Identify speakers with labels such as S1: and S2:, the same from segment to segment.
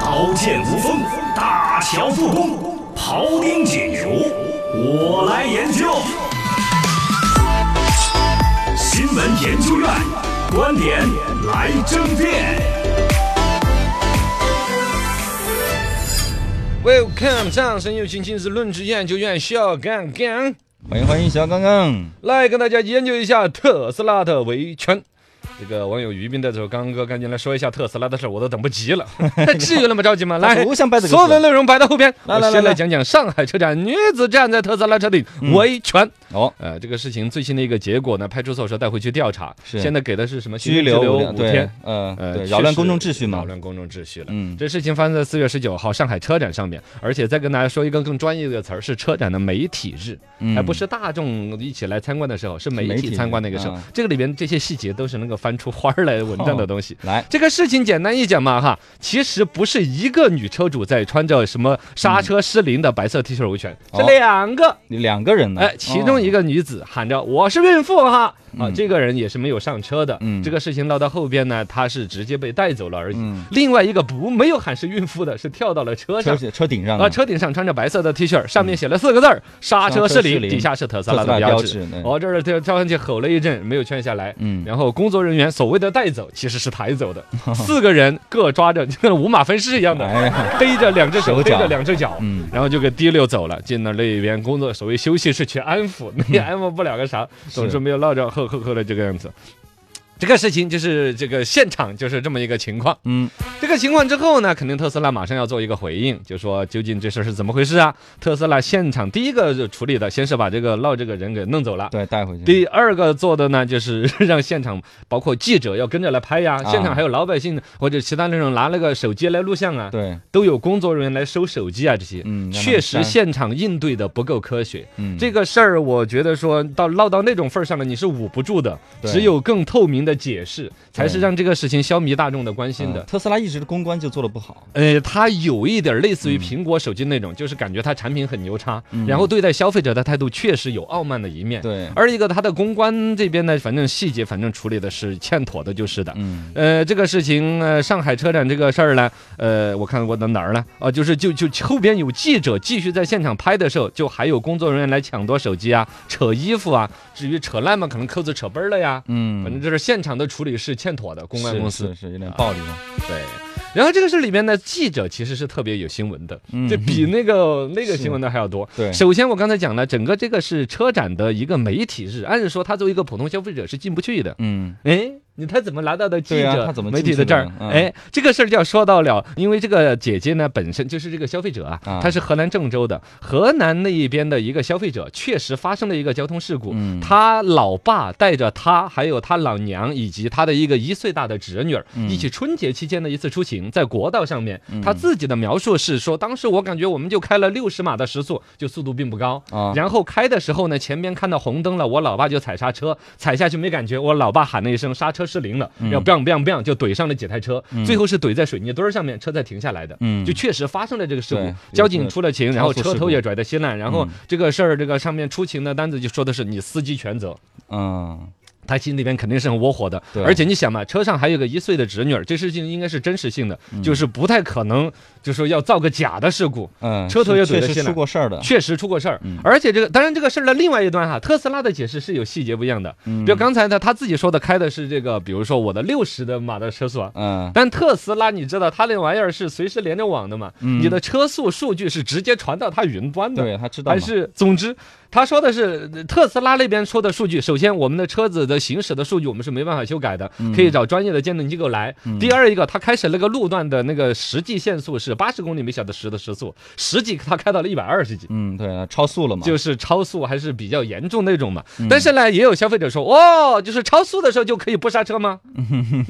S1: 刀剑无锋，大乔复工，庖丁解牛，我来研究。新闻研究院观点来争辩。
S2: Welcome，掌声有请今日论职研究员小刚刚
S3: 欢迎欢迎小刚刚，
S2: 来跟大家研究一下特斯拉的维权。这个网友于斌带走刚哥赶紧来说一下特斯拉的事，我都等不及 了。至于那么着急吗？来，
S3: 我想摆这个
S2: 所有的内容摆到后边，
S3: 来
S2: 我
S3: 来来
S2: 先来
S3: 来
S2: 讲讲上海车展女子站在特斯拉车顶
S3: 嗯
S2: 维权。
S3: 哦，
S2: 呃，这个事情最新的一个结果呢，派出所说带回去调查，
S3: 是
S2: 现在给的是什么
S3: 拘
S2: 留
S3: 留
S2: 五
S3: 对
S2: 天。，
S3: 呃，对，
S2: 确
S3: 扰乱
S2: 实
S3: 公众秩序
S2: 扰
S3: 嘛，
S2: 乱公众秩序了。
S3: 嗯，
S2: 这事情发生在四月十九号上海车展上面，而且再跟大家说一个更专业的词儿，是车展的媒体日，
S3: 嗯
S2: 还不是大众一起来参观的时候，是媒
S3: 媒体
S2: 体
S3: 日
S2: 参观那个时候
S3: 啊。
S2: 这个里面这些细节都是能够翻出花儿来文章的东西。
S3: 来，
S2: 这个事情简单一讲嘛哈，其实不是一个女车主在穿着什么刹车失灵的白色 T 恤维权，
S3: 哦
S2: 是两个。
S3: 你两个人呢，哦
S2: 哎，其中一
S3: 个
S2: 个女子喊着“我是孕妇哈”，啊，
S3: 嗯
S2: 这个人也是没有上车的。
S3: 嗯
S2: 这个事情闹到后边呢，她是直接被带走了而已
S3: 嗯。
S2: 另外一个不没有喊是孕妇的，是跳到了车
S3: 车
S2: 上。
S3: 车顶上
S2: 啊，
S3: 的
S2: 车顶上穿着白色的 T 恤，上面写了四个字儿“刹车失
S3: 刹车失
S2: 灵”，
S3: 灵
S2: 底下是特斯拉
S3: 特
S2: 的
S3: 斯拉标
S2: 志
S3: 志嗯对。
S2: 哦，这儿跳跳上去吼了一阵，没有劝下来。
S3: 嗯
S2: 然后工作人员所谓的带走，其实是抬走 的。四个人各抓着，就跟五马分尸一样的，
S3: 哎呀，
S2: 逮着两只手，
S3: 手
S2: 逮
S3: 脚
S2: 着两只脚，
S3: 嗯
S2: 然后就给提溜走了，进到那边工作所谓休息室去安
S3: 嗯
S2: 抚， 那也安抚不了个啥，总之没有闹着呵呵呵的这个样子。这个事情就是这个现场就是这么一个情况，
S3: 嗯，
S2: 这个情况之后呢，肯定特斯拉马上要做一个回应，就说究竟这事儿是怎么回事啊？特斯拉现场第一个就处理的，先是把这个闹这个人给弄走了。
S3: 对，带回去，
S2: 第二个做的呢，就是 让现场包括记者要跟着来拍呀，
S3: 啊
S2: 现场还有老百姓或者其他那种拿那个手机来录像啊，
S3: 对，
S2: 都有工作人员来收手机啊，这些，
S3: 嗯让他们
S2: 确实
S3: 删
S2: 现场应对的不够科学。
S3: 嗯，
S2: 这个事儿，我觉得说到闹到那种份儿上了，你是捂不住的，
S3: 对
S2: 只有更透明的解释，才是
S3: 对
S2: 让这个事情消弭大众的关心
S3: 嗯
S2: 的。
S3: 特斯拉一直的公关就做的不好，
S2: 呃，它有一点类似于苹果手机那种，就是感觉它产品很牛叉，
S3: 嗯
S2: 然后对待消费者的态度确实有傲慢的一面。
S3: 对，
S2: 而一个它的公关这边呢，反正细节反正处理的是欠妥的，就是的。
S3: 嗯，
S2: 呃，这个事情，呃，上海车展这个事儿呢，呃，我看我到哪儿呢？啊、就是就就后边有记者继续在现场拍的时候，就还有工作人员来抢夺手机啊，扯衣服啊，至于扯烂嘛，可能扣子扯崩儿了呀。
S3: 嗯，
S2: 反正就是现场的处理是欠妥的，公关
S3: 是
S2: 公司
S3: 是是有点暴力了，
S2: 对。然后这个事里面呢，记者其实是特别有新闻的，
S3: 嗯
S2: 这比那 个那个
S3: 是
S2: 新闻的还要多。
S3: 对，
S2: 首先，我刚才讲了，整个这个是车展的一个媒体日，按理说他作为一个普通消费者是进不去的。
S3: 嗯，
S2: 哎，你他怎么拿到的记
S3: 对啊
S2: 者、
S3: 他怎么
S2: 媒
S3: 进
S2: 体
S3: 去
S2: 的证
S3: 的
S2: 儿？
S3: 嗯
S2: 哎，这个事儿就要说到了，因为这个姐姐呢本身就是这个消费者啊，
S3: 啊
S2: 她是河南郑州的，河南那一边的一个消费者，确实发生了一个交通事故。
S3: 嗯
S2: 他老爸带着他，还有他老娘以及他的一个一岁大的侄女儿，
S3: 嗯
S2: 一起春节期间的一次出行，在国道上面，他自己的描述是说，当时我感觉我们就开了六十码的时速，就速度并不高，
S3: 啊，
S2: 然后开的时候呢，前边看到红灯了，我老爸就踩刹车，踩下去没感觉，我老爸喊了一声刹车失灵了，
S3: 嗯
S2: 然后 biang biang biang 就怼上了几台车，最后是怼在水泥墩儿上面，车才停下来的。
S3: 嗯
S2: 就确实发生了这个事
S3: 对
S2: 故，交警出了勤，然后
S3: 超速事
S2: 车
S3: 故嗯
S2: 头也拽得稀烂，然后这个事儿这个上面出勤的单子就说的是你司机全责。
S3: 嗯，
S2: 他心里边肯定是很窝火的，
S3: 对
S2: 而且你想嘛，车上还有个一岁的侄女儿，这事情应该是真实性的，就是不太可能，就说要造个假的事故。
S3: 嗯，
S2: 车头也怼
S3: 确
S2: 得稀
S3: 实出
S2: 烂
S3: 过事儿的，
S2: 确实出过事儿，而且这个当然这个事儿的另外一端哈，特斯拉的解释是有细节不一样的。比如刚才呢，他自己说的开的是这个，比如说我的六十的码的车速啊，
S3: 嗯，
S2: 但特斯拉你知道它那玩意儿是随时连着网的嘛，你的车速数据是直接传到它云端的。
S3: 嗯对，他知道
S2: 还
S3: 嘛，
S2: 是总之，他说的是呃特斯拉那边说的数据。首先，我们的车子的行驶的数据我们是没办法修改的，
S3: 嗯
S2: 可以找专业的鉴定机构来。第二一个，他开始那个路段的那个实际限速是八十公里每小时的时速，实际他开到了一百二十几。
S3: 嗯，对，超速了嘛，
S2: 就是超速还是比较严重那种嘛。
S3: 嗯
S2: 但是呢，也有消费者说，哦，就是超速的时候就可以不刹车 吗？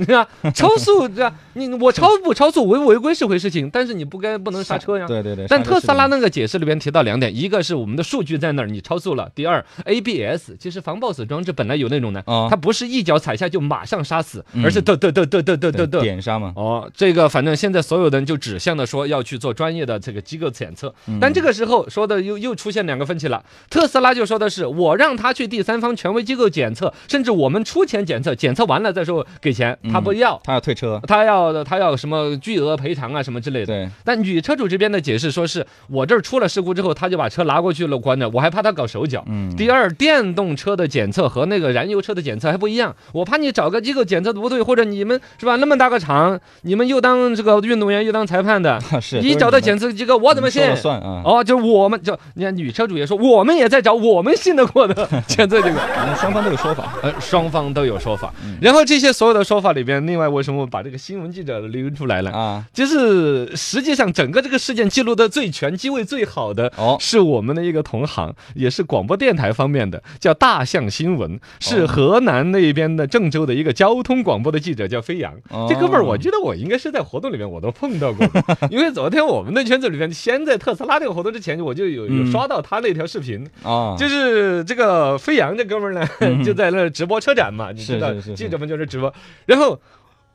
S2: 对啊，超速对啊，你我超不超速违不违规是回事情，但是你不该不能刹车呀。
S3: 对对对，
S2: 但
S3: 刹车
S2: 特
S3: 失
S2: 斯拉
S3: 灵
S2: 那个解释里边提到两点，一个是我们的数据在那儿，你超速了；第二，ABS 其实防抱死装置本来有那种呢，
S3: 哦
S2: 它不是一脚踩下就马上杀死，
S3: 嗯
S2: 而是嘚嘚嘚嘚嘚嘚嘚嘚。
S3: 点杀嘛，
S2: 哦，这个反正现在所有的人就指向的说要去做专业的这个机构检测，但这个时候说的又又出现两个分歧了。特斯拉就说的是我让他去第三方权威机构检测，甚至我们出钱检测，检测完了再说给钱，他不要，
S3: 他要退车，
S2: 他要他要什么巨额赔偿啊什么之类的。
S3: 对，
S2: 但女车主这边的解释说是我这儿出了事故之后，他就把车拿过去了关着，我还怕他搞手脚。
S3: 嗯
S2: 第二，电动车的检测和那个燃油车的检测还不一样，我怕你找个机构检测的不对，或者你们是吧？那么大个厂，你们又当这个运动员又当裁判的，
S3: 是
S2: 你
S3: 都是
S2: 找到
S3: 你
S2: 检
S3: 们
S2: 测机构，我怎么
S3: 你
S2: 信
S3: 说？了算啊？
S2: 哦，就是我们，就你看女车主也说，我们也在找我们信得过的 检测机构。
S3: 嗯双方都有说法，
S2: 呃，双方都有说法。
S3: 嗯
S2: 然后这些所有的说法里边，另外为什么我把这个新闻记者拎出来了？
S3: 啊，
S2: 就是实际上整个这个事件记录的最全、机位最好的，
S3: 哦
S2: 是我们的一个同行，也是广播电台方面的，叫大象新闻，
S3: 哦
S2: 是河南那边的郑州的一个交通广播的记者，叫飞扬。
S3: 哦
S2: 这哥们儿，我觉得我应该是在活动里面我都碰到过 的，因为昨天我们的圈子里面，先在特斯拉这个活动之前，我就有有
S3: 嗯
S2: 刷到他那条视频，
S3: 啊，嗯
S2: 就是这个飞扬这哥们儿呢， 就在那直播车展嘛，你知道
S3: 是是是
S2: 记者们就是直播，然后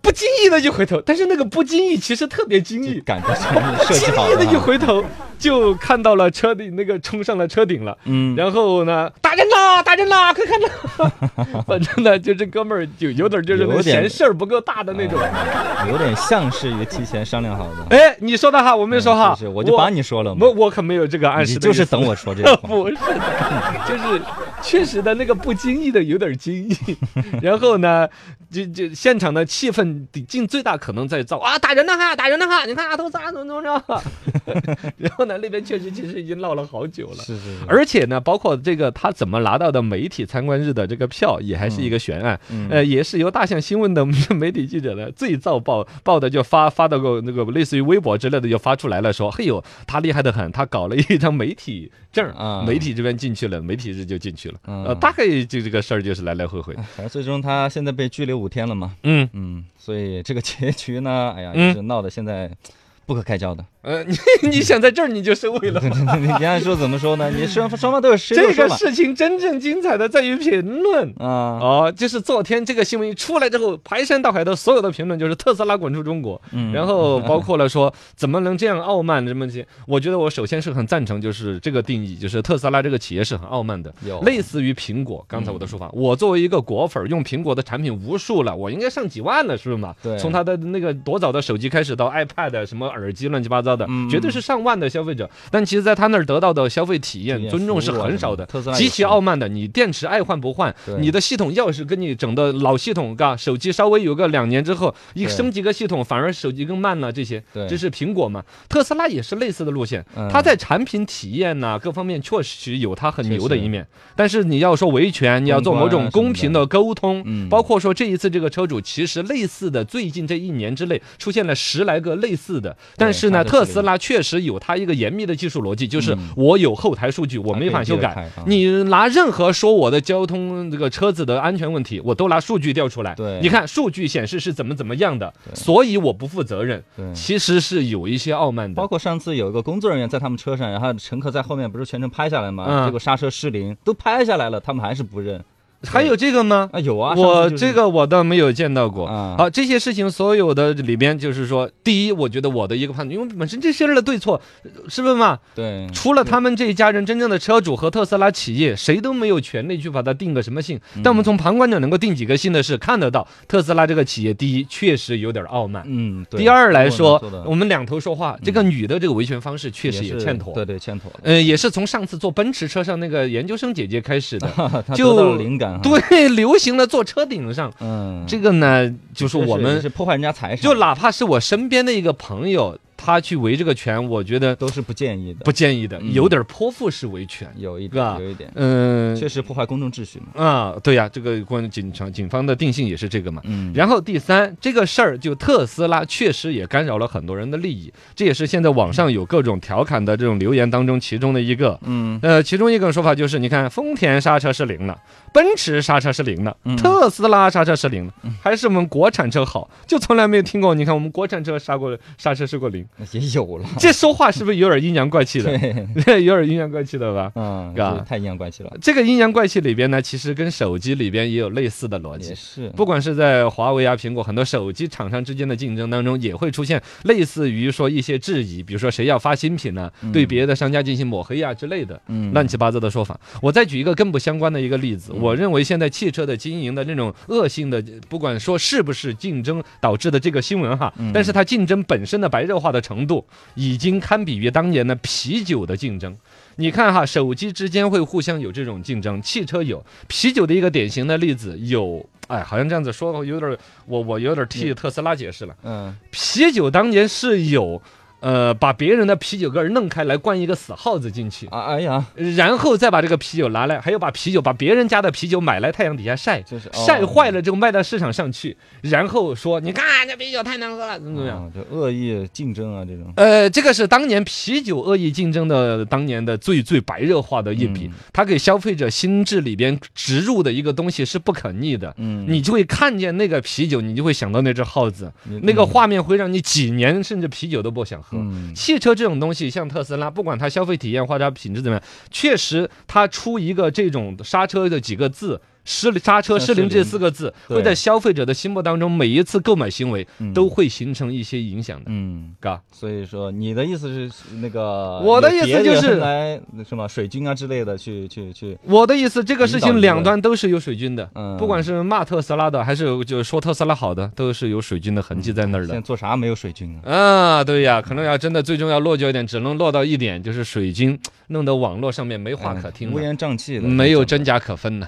S2: 不经意的一回头，但是那个不经意其实特别经意
S3: 就，感觉像是
S2: 不
S3: 设
S2: 经
S3: 计好
S2: 意的一
S3: 啊
S2: 回头就看到了车顶那个冲上了车顶了。
S3: 嗯，
S2: 然后呢，打人啦，打人啦，快看呐！ 反正呢，就这哥们儿就有点就是那
S3: 有点啊
S2: 嫌事儿不够大的那种。
S3: 有点像是一个提前商量好的。嗯
S2: 哎，你说的哈，我没说哈，
S3: 是是，我就把你说了嘛
S2: 我，我可没有这个暗示
S3: 你
S2: 的意思，
S3: 就是等我说这个 话。
S2: 不是的，就是确实的那个不经意的 有点惊异，然后呢，就就现场的气氛得尽最大可能在造啊打人了哈，打人了哈，你看啊，都咋怎么怎么着， 然后呢那边确实其实已经闹了好久了。
S3: 是是是，
S2: 而且呢，包括这个他怎么拿到的媒体参观日的这个票，也还是一个悬案。
S3: 嗯
S2: 呃，也是由大象新闻的 媒体记者呢最早报报的，就发发到过那个类似于微博之类的，就发出来了说，嘿呦，他厉害的很，他搞了一张媒体证，
S3: 啊
S2: 媒体这边进去了，媒体日就进去了。
S3: 嗯
S2: 呃，大概就这个事儿就是来来回回。
S3: 反正最终他现在被拘留五天了嘛，
S2: 嗯，
S3: 嗯，所以这个结局呢，哎呀，
S2: 嗯
S3: 也是闹得现在不可开交的。
S2: 呃， 你你想在这儿你就收尾了吗。
S3: 你按说怎么说呢？你双方双方都有谁都
S2: 这
S3: 嗯说
S2: 个
S3: 了
S2: 事情真正精彩的在于评论。
S3: 啊，
S2: 哦，就是昨天这个新闻一出来之后，排山倒海的所有的评论就是特斯拉滚出中国，
S3: 嗯
S2: 然后包括了说怎么能这样傲慢什么些，我觉得我首先是很赞成就是这个定义，就是特斯拉这个企业是很傲慢的
S3: 有，嗯
S2: 类似于苹果。刚才我的说法，我作为一个果粉儿，用苹果的产品无数了，我应该上几万了，是不是嘛？
S3: 对
S2: 从他的那个多早的手机开始到 iPad 什么耳机乱七八糟的，
S3: 嗯
S2: 绝对是上万的消费者，但其实在他那儿得到的消费体验
S3: 体验
S2: 尊重是
S3: 服务啊
S2: 很
S3: 什么
S2: 少的
S3: 的特斯，拉也
S2: 极其
S3: 是
S2: 傲慢的。你电池爱换不换
S3: 对，
S2: 你的系统钥匙跟你整的老系统，嘎，手机稍微有个两年之后，一
S3: 对
S2: 升级个系统，反而手机更慢了。这些
S3: 对，
S2: 这是苹果嘛？特斯拉也是类似的路线
S3: 嗯，
S2: 它在产品体验呐、各方面确实有它很
S3: 确
S2: 牛的
S3: 实
S2: 一面，但是你要说维权，你要做某
S3: 公关啊
S2: 种公
S3: 什么
S2: 平
S3: 的
S2: 的沟通，
S3: 嗯
S2: 包括说这一次这个车主，其实类似的，最近这一年之内出现了十来个类似的，但是呢，
S3: 它的
S2: 特
S3: 这个
S2: 斯拉确实有它一个严密的技术逻辑，就是
S3: 嗯
S2: 我有后台数据，我没法修
S3: 它
S2: 改
S3: 可以记得开啊。
S2: 你拿任何说我的交通这个车子的安全问题，我都拿数据调出来。
S3: 对
S2: 你看数据显示是怎么怎么样的，所以我不负责任。
S3: 对
S2: 其实是有一些傲慢
S3: 嗯包
S2: 的。
S3: 括上次有一个工作人员在他们车上，然后乘客在后面不是全程拍下来吗？
S2: 嗯
S3: 结果刹车失灵，都拍下来了，他们还是不认
S2: 还有这个吗？
S3: 啊，有啊，
S2: 我
S3: 上次就是
S2: 这个我倒没有见到过
S3: 啊
S2: 好，这些事情所有的里边，就是说，第一，我觉得我的一个判断，因为本身这些人的对错，呃是不是嘛？
S3: 对
S2: 除了他们这一家人，真正的车主和特斯拉企业，谁都没有权利去把它定个什么性。
S3: 嗯
S2: 但我们从旁观者能够定几个性的是，看得到特斯拉这个企业，第一确实有点傲慢。
S3: 嗯，对
S2: 第二来说
S3: 做的，嗯
S2: 我们两头说话，这个女的这个维权方式确实也
S3: 是
S2: 欠妥。
S3: 对对欠妥了，
S2: 嗯，也是从上次坐奔驰车上那个研究生姐姐开始的，
S3: 他
S2: 就
S3: 得到了 灵感，，
S2: 对，流行的坐车顶上。
S3: 嗯，
S2: 这个呢，就是我
S3: 也
S2: 们
S3: 是破坏人家财产，
S2: 就哪怕是我身边的一个朋友，他去维这个权，我觉得
S3: 都是不建议的，
S2: 不建议的，
S3: 嗯
S2: 有点泼妇式维权。
S3: 有一
S2: 是吧
S3: 点有一点，
S2: 嗯，
S3: 确实破坏公众秩序嘛，
S2: 啊，对呀、这个关于警察警方的定性也是这个嘛。
S3: 嗯，
S2: 然后第三，这个事儿就特斯拉确实也干扰了很多人的利益，这也是现在网上有各种调侃的这种留言当中其中的一个。
S3: 嗯，
S2: 呃，其中一个说法就是，你看丰田刹车失灵了，奔驰刹车失灵了，
S3: 嗯
S2: 特斯拉刹车失灵了，还是我们国产车好，就从来没有听过。你看我们国产车刹过刹车失过灵，
S3: 嗯也有 了，
S2: 这说话是不是有点阴阳怪气的？ 有点阴阳怪气的吧？
S3: 嗯，
S2: 啊
S3: 这太阴阳怪气了，
S2: 这个阴阳怪气里边呢，其实跟手机里边也有类似的逻辑
S3: 也。是，
S2: 不管是在华为啊、苹果很多手机厂商之间的竞争当中，也会出现类似于说一些质疑，比如说谁要发新品呢、啊对别的商家进行抹黑啊之类的，
S3: 嗯
S2: 乱七八糟的说法。我再举一个更不相关的一个例子，我认为现在汽车的经营的那种恶性的，不管说是不是竞争导致的这个新闻哈，
S3: 嗯
S2: 但是它竞争本身的白热化的程度，已经堪比于当年的啤酒的竞争。你看哈，手机之间会互相有这种竞争，汽车有，啤酒的一个典型的例子有，哎，好像这样子说有点儿，我我有点儿替特斯拉解释了。
S3: 嗯，
S2: 啤酒当年是有，呃，把别人的啤酒盖儿弄开来灌一个死耗子进去，
S3: 啊，哎呀，
S2: 然后再把这个啤酒拿来，还有把啤酒把别人家的啤酒买来太阳底下晒，
S3: 这是
S2: 晒坏
S3: 了，
S2: 了之后卖到市场上去，然后说你看这啤酒太难喝了，怎么怎么样？
S3: 哦就恶意竞争啊，这种，
S2: 呃，这个是当年啤酒恶意竞争的当年的最最白热化的一笔
S3: 嗯，
S2: 它给消费者心智里边植入的一个东西是不可逆的。
S3: 嗯，
S2: 你就会看见那个啤酒，你就会想到那只耗子，
S3: 你
S2: 那个画面会让你几年甚至啤酒都不想喝。
S3: 嗯
S2: 汽车这种东西，像特斯拉，不管它消费体验或者它品质怎么样，确实它出一个这种刹车的几个字。失刹车失灵这四个字，
S3: 对
S2: 会在消费者的心目当中，每一次购买行为
S3: 嗯
S2: 都会形成一些影响的，
S3: 嗯，
S2: 嘎。
S3: 所以说你的意思是那个，
S2: 我的
S3: 有
S2: 意思
S3: 别
S2: 就
S3: 人
S2: 是
S3: 来那什么水军啊之类的去去去，
S2: 我的意思，这个事
S3: 引导舆
S2: 情
S3: 论
S2: 两端都是有水军的，
S3: 嗯
S2: 不管是骂特斯拉的，还是就是说特斯拉好的，都是有水军的痕迹在那儿
S3: 现
S2: 的
S3: 在。做啥没有水军啊？
S2: 啊，对呀，可能要真的最终要落脚一点，只能落到一点，就是水军弄得网络上面没话可听
S3: 嗯哎乌
S2: 了，
S3: 烟瘴气的，
S2: 没有
S3: 这种
S2: 真假可分了。